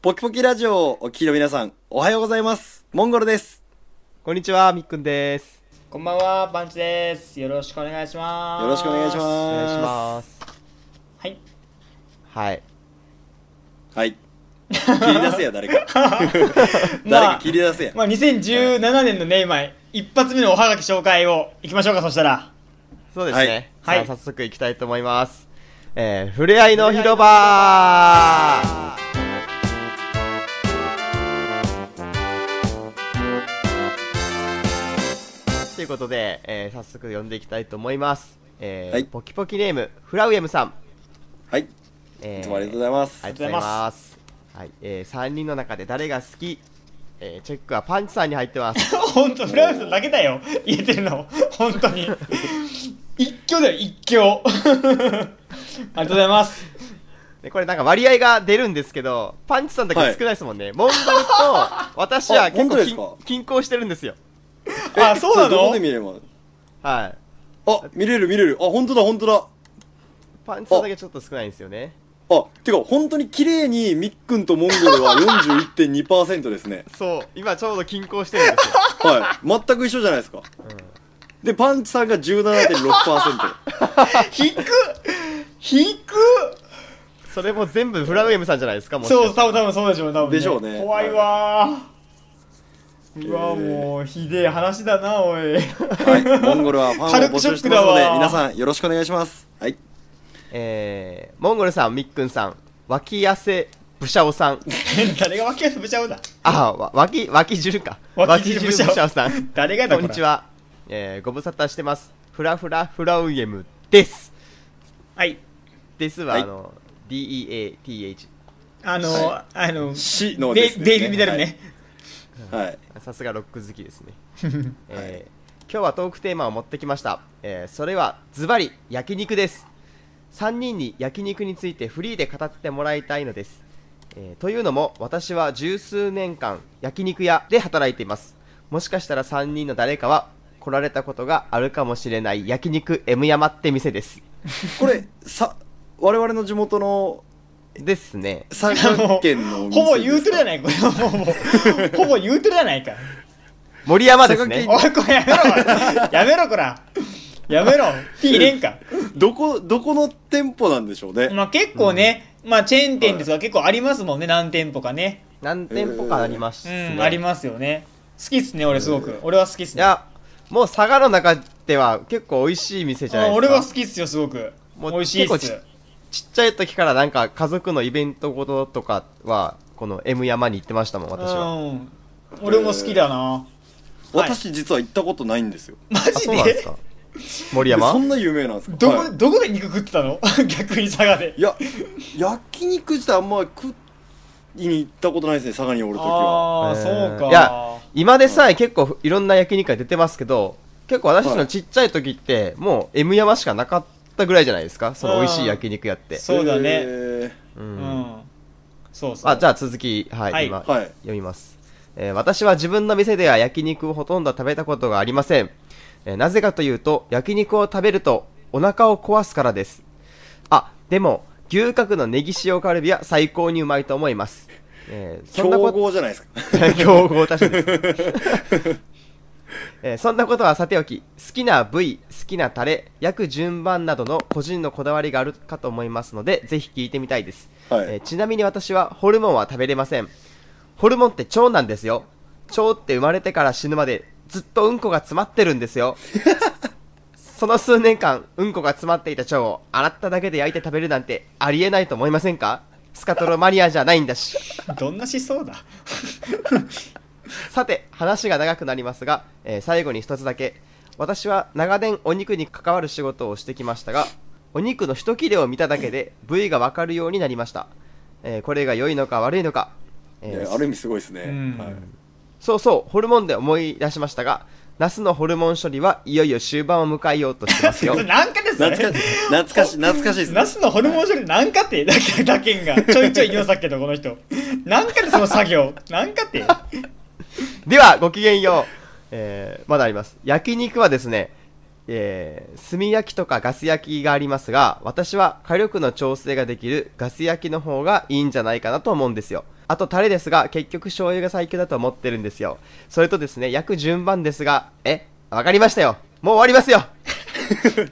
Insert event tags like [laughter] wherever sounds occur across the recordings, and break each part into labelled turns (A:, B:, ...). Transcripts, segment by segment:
A: ポキポキラジオをお聞きの皆さん、おはようございます。モンゴルです。
B: こんにちは、みっくんです。
C: こんばんは、パンチです。よろしくお願いします。
A: よろしくお願いし
B: お
A: ます。
B: 願いします。
A: [laughs]
C: はい。
B: はい。
A: す。はい。切り出せや、
C: [laughs]
A: 誰か。誰か切り出せや。
C: まあ、2017年のね、今、一発目のおはがき紹介をいきましょうか、そしたら。 [laughs]
B: そうですね。
C: はい
B: さあ、早速行きたいと思います。えー、ふれあいの広場ということで、えー、早速読んでいきたいと思います。えー
A: はい
B: ポキポキネーム、フラウエムさん。
A: はい。
B: えー
A: いつもありがとうございます
B: あ。りがとうございます。はい、えー、3人の中で誰が好きえー、チェックはパンチさんに入ってます。
C: ほんと、フランスだけだよ。言えてるの。ほんとに。一挙だよ、一挙。 [laughs] ありがとうございます。
B: でこれなんか割合が出るんですけど、パンチさんだけ
A: はい
B: 少ないですもんね。モンバルと私は
A: あ本当
B: 結構
A: です
B: 均
A: か
B: 均衡してるんですよ。
C: あ、そうな
A: れどこ
C: の
A: で見れるの
B: はい。
A: あ、見れる見れる。あ、本当だ、本当だ。
B: パンチさんだけちょっと少ないんですよね。
A: あ、てか、本当に綺麗にみっくんとモンゴルは41.2%ですね。
B: そう、今ちょうど均衡してる
A: [laughs]
B: んですよ。
A: はい。全く一緒じゃないですか。で、パンチさんが17.6%。
C: 引く引く
B: それも全部フラウエムさんじゃないですか、もしか
C: そう、
B: して
C: 多分多分そうでしょう、多分、
A: でしょうね
C: 怖いわー。う
A: え
C: わ、
A: ー
C: もう、ひでえ話だな、おい。
A: はい、モンゴルはファンを募集してますの
C: 軽くショック
A: で
C: だ、わ
A: 皆さんよろしくお願いします。はい。
B: えー、モンゴルさん、みっくんさん、脇汗ブシャオさん。
C: [laughs] 誰が脇をぶちゃうだ
B: あ、わ脇、脇汁か。
C: 脇汁
B: ブシャオさん。
C: 誰がだ
B: こんにちは。えー、ご無沙汰してます。フラフラフラウエムです。
C: はい
B: ですは、
A: はい
B: あの、DEATH。
C: あの、
A: は
C: あの
A: 死の
C: ベ
A: で
C: イ
A: すね
C: ベイビーメダルね、
A: はい。
B: さすがロック好きです
C: [laughs]
B: ね。えー今日はトークテーマを持ってきました。えーそれは、ズバリ、焼肉です。3人に焼肉についてフリーで語ってもらいたいのです。えーというのも、私は十数年間、焼肉屋で働いています。もしかしたら3人の誰かは、来られたことがあるかもしれない焼肉 M 山って店です。
A: これ、さ、我々の地元の
B: ですね。
A: 三角県のお店
C: ほぼ言うてるじゃ
A: ない
C: ないこれほぼほぼ言うてるじ
A: [laughs]
C: ゃないか
B: 森山ですね
A: 佐賀県。
C: おいこれやめろおいやめろこらやめろ P 入れん
A: [laughs]
C: か、
A: どこ、どこの店舗なんでしょうね。
C: まあ、結構ね、まあチェーン店ですが結構ありますもんね何店舗かね
B: 何店舗かあります
C: う
B: ね、
C: んありますよね好きっすね俺すごく俺は好きっす
B: い
C: ね
B: やもう佐賀の中では結構美味しい店じゃない
C: あ
B: ですか
C: 俺は好きっすよすごく
B: もう
C: 美味しいっ
B: 結構
C: す
B: ちっちゃい時からなんか家族のイベントごととかはこの M 山に行ってましたもん私は
C: うん俺も好きだな、
A: 私実は行ったことないんですよ。
C: マ
B: あ
C: ジ
B: そうなんです
C: で
B: か森
A: でそ
B: 山
A: んな有名なんですか
C: どこ、
A: はい
C: どこで肉食ってたの [laughs] 逆に佐賀で
A: いや、焼肉自体あんま食いに行ったことないですね、佐賀におるときは。
C: ああ、
B: えー
C: そうか。
B: いや今でさえ結構いろんな焼肉が出てますけど結構私たちのちっちゃい時ってもう M 山しかなかったぐらいじゃないですかその美味しい焼肉やって
C: そうだ
A: え
C: ね
A: ー
B: う
C: うんん。そうそう。
B: あじゃあ続き、はい
C: はい
B: 今
A: はい
B: 読みます、えー私は自分の店では焼肉をほとんど食べたことがありません、えーなぜかというと焼肉を食べるとお腹を壊すからですあでも牛角のネギ塩カルビは最高にうまいと思います、えーそ
A: 競
B: んなこと
A: 合じゃないですか。
B: 競合他社です、 [laughs] えーそんなことはさておき好きな部位好きなタレ焼く順番などの個人のこだわりがあるかと思いますのでぜひ聞いてみたいです、
A: はい
B: えーちなみに私はホルモンは食べれませんホルモンって腸なんですよ腸って生まれてから死ぬまでずっとうんこが詰まってるんで
A: [laughs]
B: すよその数年間うんこが詰まっていた腸を洗っただけで焼いて食べるなんてありえないと思いませんかスカトロマニアじゃないんだし
C: どんな思想だ
B: さて話が長くなりますが、えー最後に一つだけ私は長年お肉に関わる仕事をしてきましたがお肉の一切れを見ただけで部位が分かるようになりました、えーこれが良いのか悪いのか、えー
A: ねある意味すごいですね。
C: うん
A: はい
B: そうそうホルモンで思い出しましたがナスのホルモン処理はいよいよ終盤を迎えようとしてま
A: [laughs]
B: すよ
C: なんかですね。
A: 懐かしい、懐かしい、懐かしいですね
C: ナ。スのホルモン処理なんかって、だ [laughs] けだけんが。ちょいちょい言いよさっけど、この人。なんかでその作業。なんかって。
B: ではごきげんよう、えーまだあります焼肉はですね、えー炭焼きとかガス焼きがありますが私は火力の調整ができるガス焼きの方がいいんじゃないかなと思うんですよあとタレですが、結局醤油が最強だと思ってるんですよ。それとですね、焼く順番ですが、え、わかりましたよ。もう終わりますよ。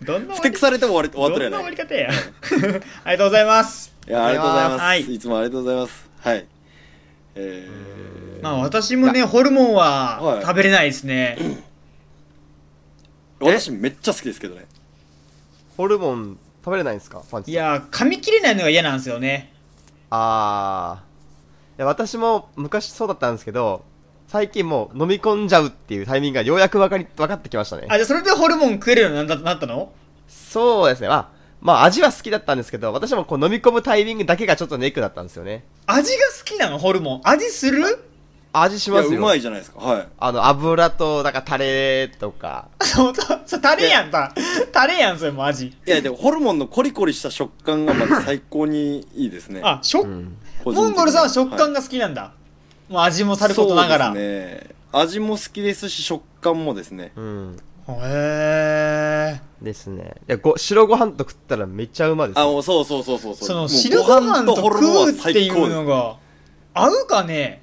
C: どんな
A: ふ
C: 終
A: てく
C: わり
A: されても終わり終わっ
C: ど
A: てる
C: ん
A: や
C: な終
A: ない
C: わり方や [laughs] ありがとうございます
A: いやありがとうございます、
C: はい
A: い、つもありがとうございますはいえー、
C: まあ私もねホルモン
A: は
C: はい食べれないですね、
A: 私めっちゃ好きですけどね
B: ホルモン食べれないんですかパンチ
C: い、
B: さん
C: やー噛み切れないのが嫌なんですよね
B: あーいや私も昔そうだったんですけど最近もう飲み込んじゃうっていうタイミングがようやく分かり分かってきましたね
C: あじゃあそれでホルモン食えるようになったなったの
B: そうですねまあまあ味は好きだったんですけど私もこう飲み込むタイミングだけがちょっとネックだったんですよね
C: 味が好きなのホルモン味する
B: 味し
A: い
B: ま
A: や
B: す
A: う
B: よ
A: まいじゃないですかはい
B: あの油となんかタレとか
C: そうそうそうタレやんたタレやんそれも味
A: いやでもホルモンのコリコリした食感がまず最高にいいですね
C: あ食、
B: うん
A: 個人的
C: モ
A: に
C: ンゴルさんは食
A: い
C: 感が好きなんだ、もう味もさることながら、
A: そうですね味も好きですし食感もですね
B: うん
C: へえ
B: ですねいやご白ご飯と食ったらめっちゃうまいです、
A: あ
B: ね、
A: もうそうそうそうそうう
C: そ
A: も
C: の
A: う
C: 汁ご飯と食うってい
A: ご飯とホ
C: う
A: ルモンは最高
C: の
A: で
C: が合うかね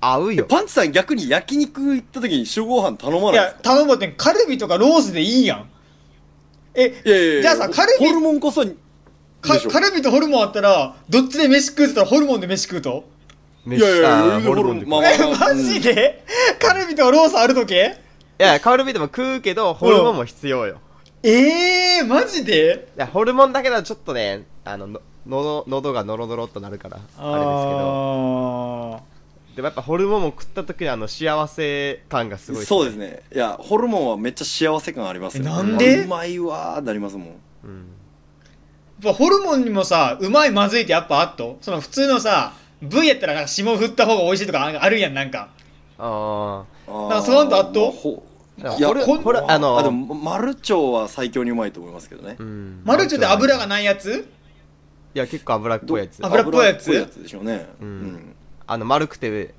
B: 合う
A: す
B: よ
A: パンチさん逆に焼肉行った時に白ご飯頼ま
C: い
A: ないです
C: や
A: か
C: 頼むってんカルビとかロースでいいやんえ
A: いやいやいや
C: じゃあさカルビ
A: ホルモンこそで
C: か
A: しょ
C: カルビとホルモンあったらどっちで飯食うって言ったらホルモンで飯食うと
B: 飯
A: いやいやいや
B: あーホルモンで食う
A: ホルモンまあ
C: えマジで、カルビとロースあるとけ
B: いやカルビでも食うけどホルモンも必要よ、
C: ええー、マジで
B: いやホルモンだけだとちょっとねあのの喉喉がノロノロっとなるからあれですけど
C: あ
B: でもやっぱホルモンも食った時のあの幸せ感がすごい
A: そうですすねいやホルモンはめっちゃ幸せ感ありますよ
C: えなんで
A: うまいわーなりますもん
B: うん
C: ーやっぱホルモンにもさうまいまずいってやっぱあっとその普通のさ部位やったらなんか霜降った方が美味しいとかああるやんなんか
B: あ
A: あー
C: なんかその後あっと
A: まほ
B: あ
A: いや
B: ホル
A: ほ
B: ホルあの
A: あでもマルチョウは最強にうまいと思いますけどね
B: ーうん
C: マルチョで油が
B: い
C: ないやつ
B: や結構脂っこいやつ
A: ど
B: あ
C: 油っぽいやつ
A: 油っぽいやつでしょうね
B: う
A: うんん
B: の丸くて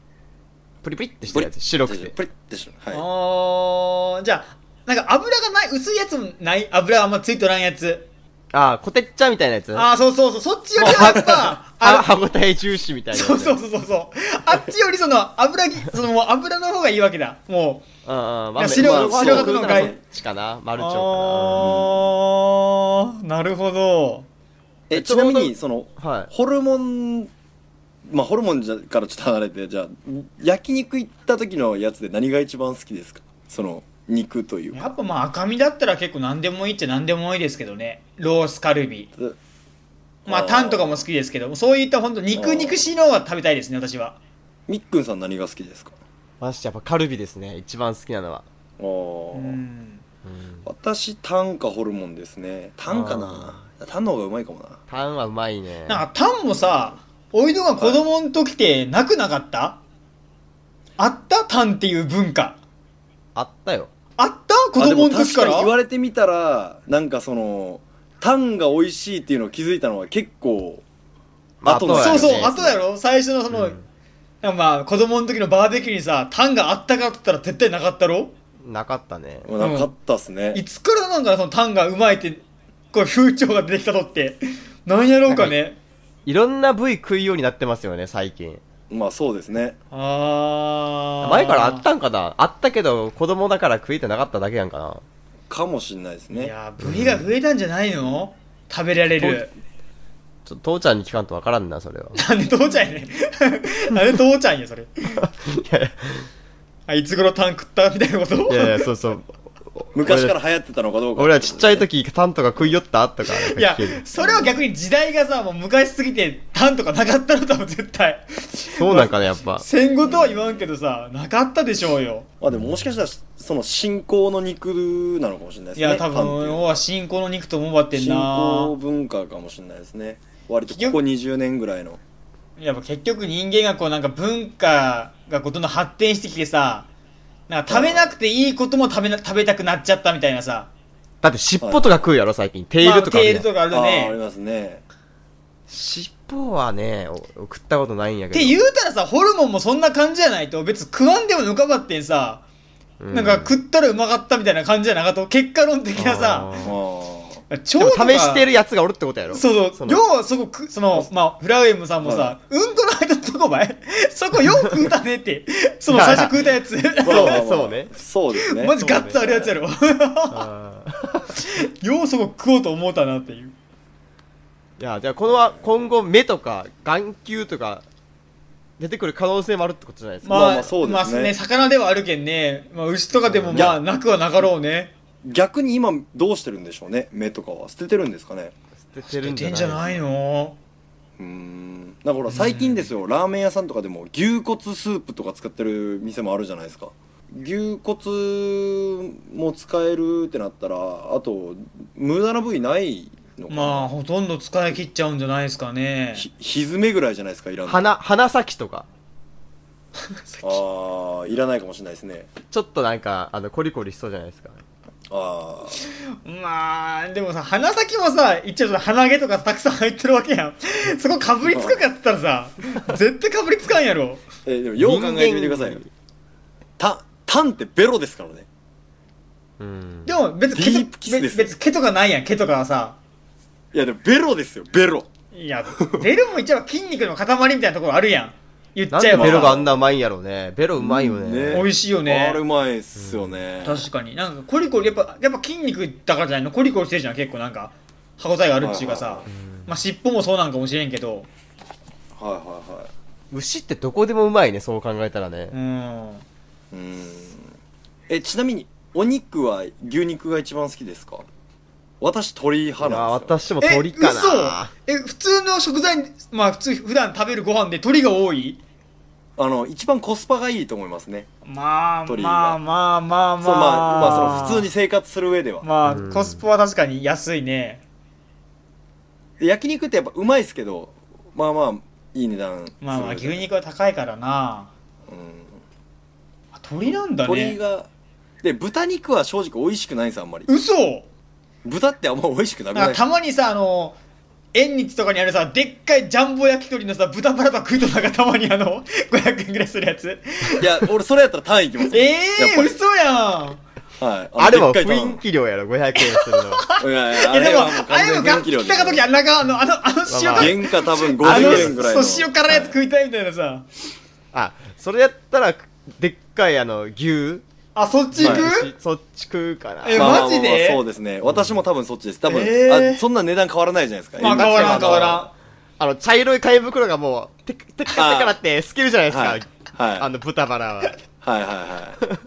B: プリプリってしてるやつ白くて
A: プリッでしょはい
C: ああじゃあなんか油がない薄いやつもない油あんまついとらんやつ
B: あーコテッチャみたいなやつ
C: ああそうそうそうそっちよりはやっぱ
B: は
C: あ
B: 歯ごたえ重視みたいなやつ
C: そうそうそうそうそうあっちよりその油ぎそのもう油の方がいいわけだもう
B: うんうん
C: いや白
A: 白白
B: そう
A: の
B: そ
A: が
B: っちかなマルチョウか
C: ああなるほど
A: えちなみにその
B: なうんはい
A: ホルモンまあホルモンじゃからちょっと離れてじゃあ焼肉行った時のやつで何が一番好きですかその肉というか
C: やっぱまあ赤身だったら結構何でもいいっちゃ何でもいいですけどねロースカルビまあタンとかも好きですけどそういった本当肉肉しいのが食べたいですね私は
A: みっくんさん何が好きですか
B: マジでやっぱカルビですね一番好きなのは
A: あー
C: うん
B: うん
A: 私タンかホルモンですねタンかなタンの方がうまいかもな
B: タンはうまいね
C: なんかタンもさおいどが子供の時ってなくなかった、あったタンっていう文化
B: あったよ
C: あった子
A: あでも
C: 供の時か
A: 確
C: ら
A: かに言われてみたらなんかそのタンが美味しいっていうのを気づいたのは結構
B: まあ
A: 後の
B: 後
A: や
B: だ
C: そ
B: よ
C: う
B: ね
A: つ
C: そう、あとやろ最初のその、
B: うん
C: なんかまあ子供の時のバーベキューにさ、タンがあったかって言ったら絶対なかったろ
B: なかったね
A: まあなかったっすね、
C: いつからなんかそのタンがうまいって、こう風潮が出てきたとって、なんやろうかね。
B: いろんな部位食いようになってますよね最近
A: まあそうですね
C: あー。
B: 前からあったんかなあったけど子供だから食えてなかっただけやんかな
A: かもしんないです
C: い
A: ね
C: やー、部位が増えたんじゃないの食べられる。
B: ちょっと父ちゃんに聞かんとわからんなそれ [laughs] は
C: なんで父ちゃんやねん。なんで父ちゃんや、それ。あいつ頃タン食ったみたいなこと
B: いやいやそうそう
A: 昔から流行ってたのかどうか
B: 俺はちっちゃい時タンとか食いよったとか
C: いや
B: 聞ける、
C: それは逆に時代がさ、もう昔すぎて、タンとかなかったの多分絶対。
B: そうなんかねやっぱ
C: 戦後とは言わんけどさ、なかったでしょうよ。
A: まあでももしかしたらその信仰の肉なのかもしれないです
C: い
A: ね
C: や、
A: パン
C: 多
A: ってい
C: 分、
A: う
C: 要
A: のは
C: は信仰の肉ともばってん
A: 信仰
C: な。
A: 文化かもしれないですね割とここ20年ぐらいの
C: やっぱ結局人間がこうなんか文化がこうどんどん発展してきてさ、なんか食べなくていいことも食べな食べたくなっちゃったみたいなさ。
B: だって尻尾とか食うやろ最近テールとかある
C: まあテー
B: や
C: ル
B: ん
C: とかあ
A: あ
C: るよ
A: ーあり
C: ね。
A: ますね
B: 尻尾はねお食ったことないんや
C: っ
B: けど
C: て言うたらさ、ホルモンもそんな感じじゃないと、別に食わんでもぬかばってんさ、
B: うん
C: なんか食ったらうまかったみたいな感じじゃなかった。結果論的なさ
B: あ、
A: あ
B: ー
A: ー
C: 腸
B: で
C: と
B: も
C: か
B: 試してるやつがおるってことやろ
C: そうそう
B: の
C: 量はすごくそのまあフラウエムさんもさ、うんとないとどこばい [laughs] そこよく食うたねってその最初食うたや
B: そ
C: つ
B: う
A: まあまあまあ
B: そうね
A: そうですね
C: [laughs] マジガッツあるやつやろ
B: あー
C: ようそこ食おうと思うたなっていう
B: いやじゃあこのは今後目とか眼球とか出てくる可能性もあるってことじゃないですか、
C: まあ、
A: まあ
C: まあ、
A: まあそうですね
C: まあ魚ではあるけんね、まあ、牛とかでも
A: いや
C: まあなくはなかろうね
A: 逆に今どうしてるんでしょうね目とかは捨ててるんですかね
B: 出てるんじ
C: 出てんじゃ
B: ゃな
C: ないいの
A: うーんだから最近ですよ、ラーメン屋さんとかでも牛骨スープとか使ってる店もあるじゃないですか牛骨も使えるってなったらあと無駄な部位ないのかな、
C: まあほとんど使い切っちゃうんじゃないですかね
A: ひひずめぐらいじゃないですかいらない
B: 鼻鼻先とか
A: あーいらないかもしれないですね
B: ちょっとなんかあのコリコリしそうじゃないですか
A: ああ
C: まあでもさ鼻先もさ一応鼻毛とかたくさん入ってるわけやんそこかぶりつくかっつったらさ絶対かぶりつかんやろ
A: えーでもよう考えてみてくださいよ
B: 人間
A: たタンってベロですからね
B: うん
C: でも別に
A: ディープ
C: 毛
A: キス
C: と
A: です
C: 別別に毛とかないやん毛とかはさ
A: いやでもベロですよベロ
C: いやベルも一応筋肉の塊みたいなところあるやん言っ
B: なん
C: ちゃえ
B: で
C: ば
B: ベロがあんなうまいんやろうねベロうまいよね,、
A: ね
C: 美味しいよね
A: あれうまいっすよね、
C: 確かになんかコリコリやっぱやっぱ筋肉だからじゃないのコリコリしてるじゃん結構なんか歯応えがあるっていうか
A: はい
C: さ
A: はい
C: まあ尻尾もそうなんかもしれんけど
A: はいはいはい
B: 牛ってどこでもうまいねそう考えたらね、
C: うん
A: うーんえちなみにお肉は牛肉が一番好きですか私鶏派
B: いや
A: なんですよ
B: 私も鳥かな
C: え嘘え普通の食材まあ普通普段食べるご飯で鳥が多い
A: あの一番コスパがいいと思いますね
C: まあ
A: 鳥
C: ま
A: が
C: あまあまあまあ
A: そうまあ、まあ、その普通に生活する上では、
C: まあ
B: うん
C: コスパは確かに安いね
A: で焼肉ってやっぱうまいですけどまあまあいい値段する
C: まあまあ牛肉は高いからな
A: うん
C: あ鳥なんだ
A: 鶏
C: ね
A: がで豚肉は正直美味しくないんですあんまり
C: 嘘
A: 豚ってあんま美味しくなくな
C: なんか
A: い
C: たまにさあの縁日とかにあるさでっかいジャンボ焼き鳥のさ豚バラとか食うとなんかたまにあの500円ぐらい [laughs] するやつ
A: いや俺それやったら単位いきますよ
C: [laughs] え
A: やっ
C: え
A: ぱ
C: ー、
A: り
C: 嘘やん
A: はい
B: あれも
A: でっかいタン
B: 雰囲気量やろ500円する
C: [laughs]
B: の
A: いやいやあ
C: えで
A: れ
C: も
A: はもう
C: あれ
A: 完
C: も
A: 全
C: ガ
A: に
C: ッ
A: 元気量
C: ツ来た時あんなかあのあのあの塩
B: まあ
C: 辛い
A: 原価多分
C: あ
A: 50円ぐらいの
C: のそう塩辛いやつ食いたいみたいなさ
B: あそれやったらでっかいあの牛
C: あそっち行く、
A: は
B: そっち食うかな
C: え
A: まあまあまあ
C: マジで
A: そうですね。私も多分そっちです。多分、
C: えー
A: あそんな値段変わらないじゃないですか。
C: まあ変わらん変わら
B: あの茶色い貝袋がもうテッカテッカテカなって透けるじゃないですか、
A: はい。はい。
B: あの豚バラは
A: はいはいはい。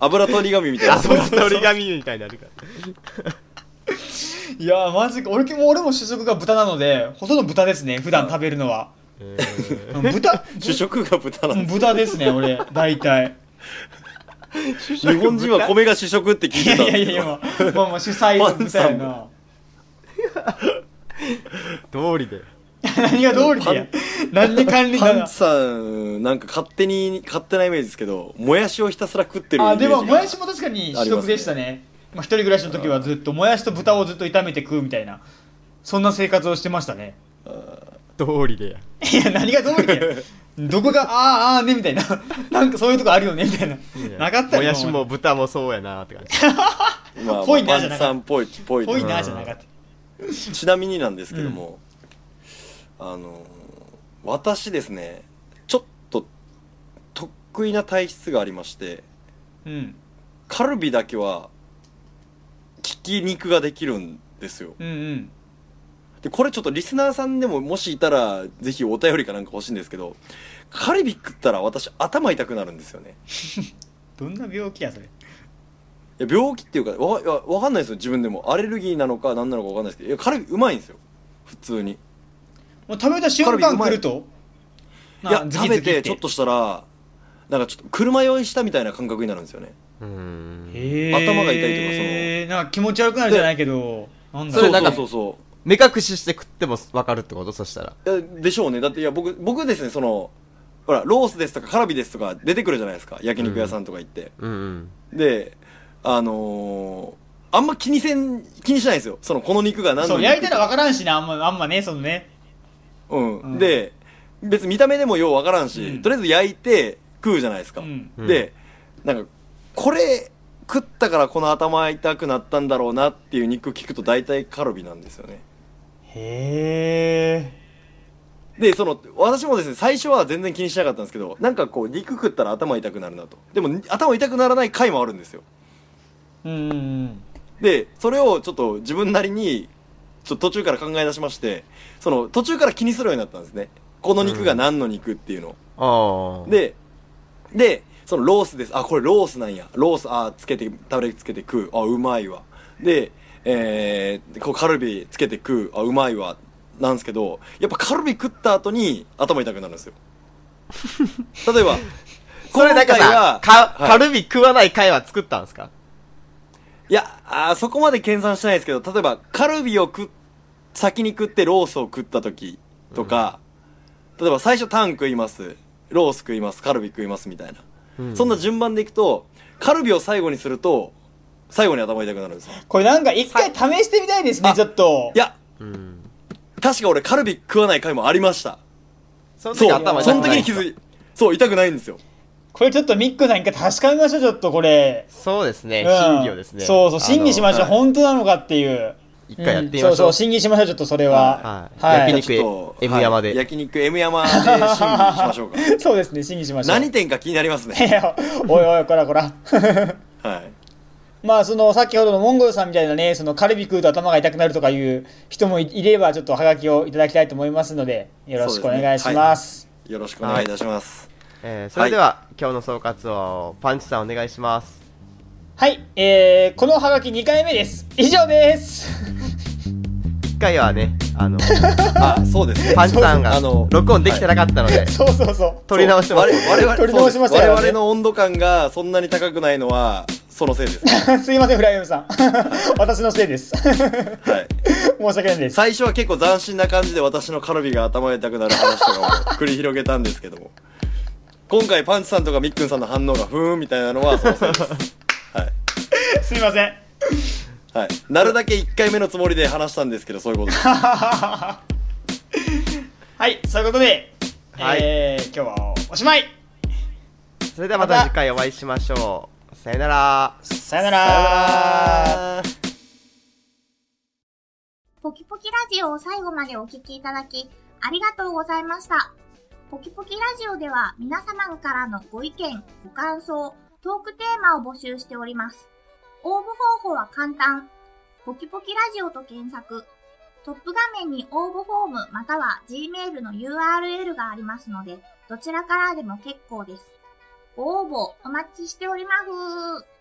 A: 油取り紙みたいな。
B: あそうそう折り紙みたいになるから
C: んいやマジか俺も俺も主食が豚なのでほとんど豚ですね普段食べるのは、
B: えー
C: うん豚
A: 主食が豚なんです。
C: 豚ですね俺大体
A: 日本人は米が [laughs] 主食って聞い
C: いや
A: てたん
C: い
A: です
C: や
A: けど。
C: いやまあまあまあ主菜は豚やな
B: 通りで
C: 何が道理でや何に管理
A: パ
C: だ
A: ンツさん、なんか勝手に、勝手なイメージですけど、もやしをひたすら食ってるイメー
C: あ
A: ジ
C: で
A: が。
C: ももやしも確かに主食でしたねまあ、一人暮らしの時はずっともやしと豚をずっと炒めて食うみたいなそんな生活をしてましたね
B: 通りでや
C: いや何がどう理だよ [laughs] どこがあーあーねみたいななんかそういうとこあるよねみたいななかったよ
B: もやしも豚もそうやなって感 [laughs] じ
A: まあまあ
C: ぽい
A: パ
C: な
A: ン
C: じ
A: ツ
C: ゃなかった
A: さんっぽい、ぽい。
C: ぽいな
B: うん
C: じゃなかっ
A: [clears throat]
C: た
A: ちなみになんですけども、あの私ですねちょっと得意な体質がありまして
C: うん
A: カルビだけは利き肉ができるんですよ
C: うんうん
A: でこれちょっとリスナーさんでももしいたらぜひお便りかなんか欲しいんですけどカルビ食ったら私頭痛くなるんですよね
C: どんな病気やそれ
A: いや病気っていうかわわわかんないですよ自分でもアレルギーなのか何なのかわかんないですけどいやカルビうまいんですよ普通に
C: もう食べた瞬
A: カルビう
C: 間
A: まい
C: 来ると
A: いや
C: なズキ
A: 食
C: ズキ
A: べてちょっとしたらなんかちょっと車酔いしたみたいな感覚になるんですよね
B: うーん
C: へー
A: 頭が痛いという
C: なんか気持ち悪くなるじゃないけどなんだ
B: それ
C: ろう
B: なんか
A: そうそう
B: 目隠しして食っても分かるってことそしたら
A: そういやでしょうねだっていや僕僕ですねそのほらロースですとかカルビですとか出てくるじゃないですか焼肉屋さんとか行って、
B: うんうん
A: であのーあんま気にせん気にしないんですよそのこの肉が何
C: そ
A: の
C: う
A: 肉
C: 焼いたら分からんしなあんまあんまねそのね
A: うん、
C: うん
A: で別に見た目でもようわからんし、
C: うん
A: とりあえず焼いて食うじゃないですか、
C: うん
B: うん
A: でなんかこれ食ったからこの頭痛くなったんだろうなっていう肉聞くと大体カルビなんですよね
C: へえ。
A: でその私もですね最初は全然気にしなかったんですけどなんかこう肉食ったら頭痛くなるなとでも頭痛くならない回もあるんですよ
C: うんうん
A: でそれをちょっと自分なりにちょっと途中から考え出しましてその途中から気にするようになったんですねこの肉が何の肉っていうのを、
B: ああ。、
A: で、で、そのロースです。あ、これロースなんや。ロース、あ、つけて、タレつけて食う。あ、うまいわ。で、えー、こうカルビつけて食う。あ、うまいわ。なんですけど、やっぱカルビ食った後に頭痛くなるん
B: [laughs]
A: ですよ。例えば、
B: それなんか
A: 今回は
B: さ、か、
A: はい
B: カルビ食わない会は作ったんですか
A: いや、あーそこまで計算してないですけど、例えば、カルビを食っ、先に食ってロースを食った時とか、例えば最初タン食います、ロース食います、カルビ食いますみたいな。そんな順番でいくと、カルビを最後にすると、最後に頭痛くなるんですよ。
C: これなんか一回試してみたいですね、
A: あ
C: ちょっと。
A: いや、
B: うん。
A: 確か俺カルビ食わない回もありました。
B: その
A: そ
B: 時
A: う
B: 頭、
A: そ
B: 痛
A: の
B: く
A: 時
B: ない
A: に気づい、そう、痛くないんですよ。
C: これちょっとミックなんか確かめましょう、ちょっとこれ。
B: そうですね、
C: うん
B: 審議をですね。
C: そうそう、審議しましょう。
A: はい
C: 本当なのかっていう。
B: 一回やってみ
C: う
B: ま
C: ん
B: しょ
C: そううそう、。審議しましょう、ちょっとそれは
B: は。い
C: はい。
B: 焼肉
A: ちょっと
B: M 山で
A: はい焼肉 M 山で審議しましょう
B: [laughs]
A: か。
C: [laughs] そうですね、審議しましょう。
A: 何点か気になりますね。
C: いやおいおい、こらこ
A: は
C: ら。
A: い。
C: まあ、その、先ほどのモンゴルさんみたいなね、その、カルビ食うと頭が痛くなるとかいう人もいいれば、ちょっとハガキをいただきたいと思いますので、よろしくお願いします。
A: よろしくお願いいたします。
B: えーそれでは、今日の総括をパンチさんお願いします。
C: はい、えー、このハガキ2回目です。以上です。
B: 一回はね、あ
C: [laughs]
B: の、
A: あ、そうですね。
B: パンチさん
A: そう
B: が
A: あの
B: 録音できてなかったので、
C: [laughs] そうそうそう。
B: 撮り直してます。
A: 我々
C: 取り直しました
A: そう
C: よね
A: です我々の温度感がそんなに高くないのはそのせいです、
C: [laughs] すいません、フライオムさん。私のせいです。 [laughs] 申し
A: はい、
C: 訳ないです。
A: 最初は結構斬新な感じで私のカルビが頭痛くなる話とかを繰り広げたんですけども今回パンチさんとかみっくんさんの反応がふーんみたいなのはそのせいですはい、
C: すいません。
A: はい、なるだけ1回目のつもりで話したんですけどそういうことです
C: はい、そういうことで、
B: はい
C: えー、今日はおしまい
B: それではまた次回お会いしましょう。さよなら。
C: さよなら
D: ポキポキラジオを最後までお聞きいただき、ありがとうございました。ポキポキラジオでは皆様からのご意見、ご感想、トークテーマを募集しております。応募方法は簡単。ポキポキラジオと検索。トップ画面に応募フォームまたは Gmail の URL がありますので、どちらからでも結構です。ご応募お待ちしております。